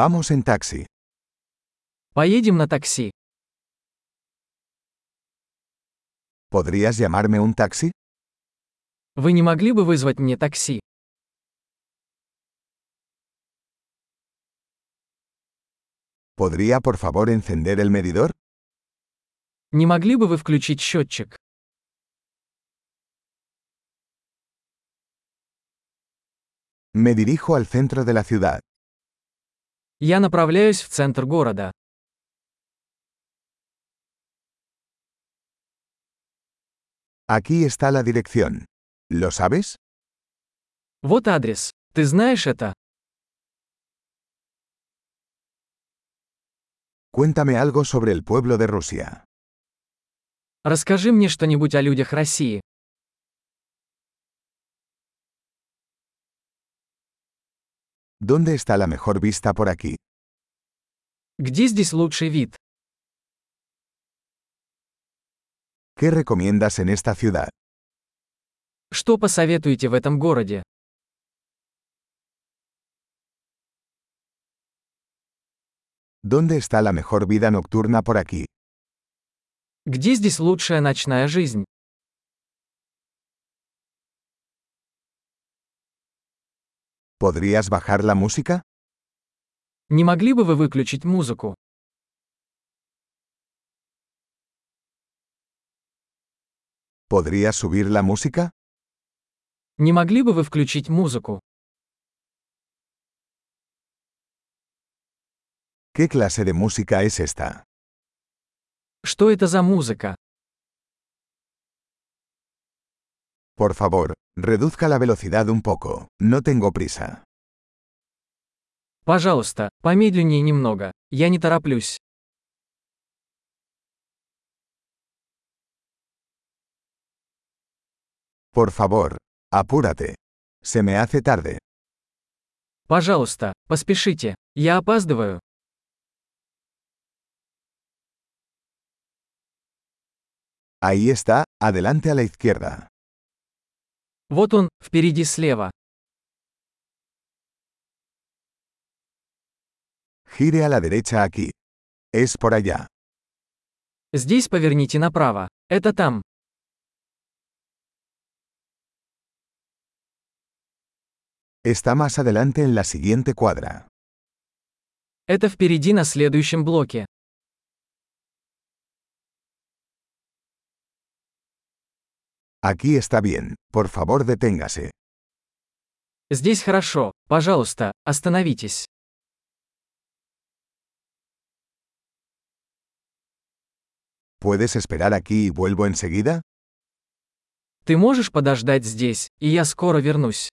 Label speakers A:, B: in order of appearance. A: Vamos en taxi.
B: Поедем на такси.
A: ¿Podrías llamarme un taxi?
B: Вы не могли бы вызвать мне такси?
A: ¿Podría por favor encender el medidor?
B: Не могли бы вы включить счетчик?
A: Me dirijo al centro de la ciudad.
B: Я направляюсь в центр города.
A: Aquí está la dirección. ¿Lo sabes?
B: Вот адрес. Ты знаешь это?
A: Cuéntame algo sobre el pueblo de Rusia.
B: Расскажи мне что-нибудь о людях России.
A: ¿Dónde está la mejor vista por aquí?
B: Где здесь лучший вид?
A: ¿Qué recomiendas en esta ciudad?
B: Что посоветуете в этом городе?
A: ¿Dónde está la mejor vida nocturna por aquí?
B: Где здесь лучшая ночная жизнь?
A: ¿Podrías bajar la música?
B: Не могли бы вы выключить музыку?
A: ¿Podrías subir la música?
B: Не могли бы вы включить музыку?
A: ¿Qué clase de música es esta?
B: Что это за музыка?
A: Por favor, reduzca la velocidad un poco. No tengo prisa.
B: Пожалуйста, помедленнее немного. Я не тороплюсь.
A: Por favor, apúrate. Se me hace tarde.
B: Пожалуйста, поспешите. Я опаздываю.
A: Ahí está, adelante a la izquierda.
B: Вот он, впереди слева.
A: Gire a la derecha aquí. Es por allá.
B: Здесь поверните направо. Это там.
A: Está más adelante en la siguiente cuadra.
B: Это впереди на следующем блоке.
A: Aquí está bien. Por favor, deténgase.
B: Здесь хорошо. Пожалуйста, остановитесь.
A: ¿Puedes esperar aquí y vuelvo enseguida?
B: Ты можешь подождать здесь, и я скоро вернусь.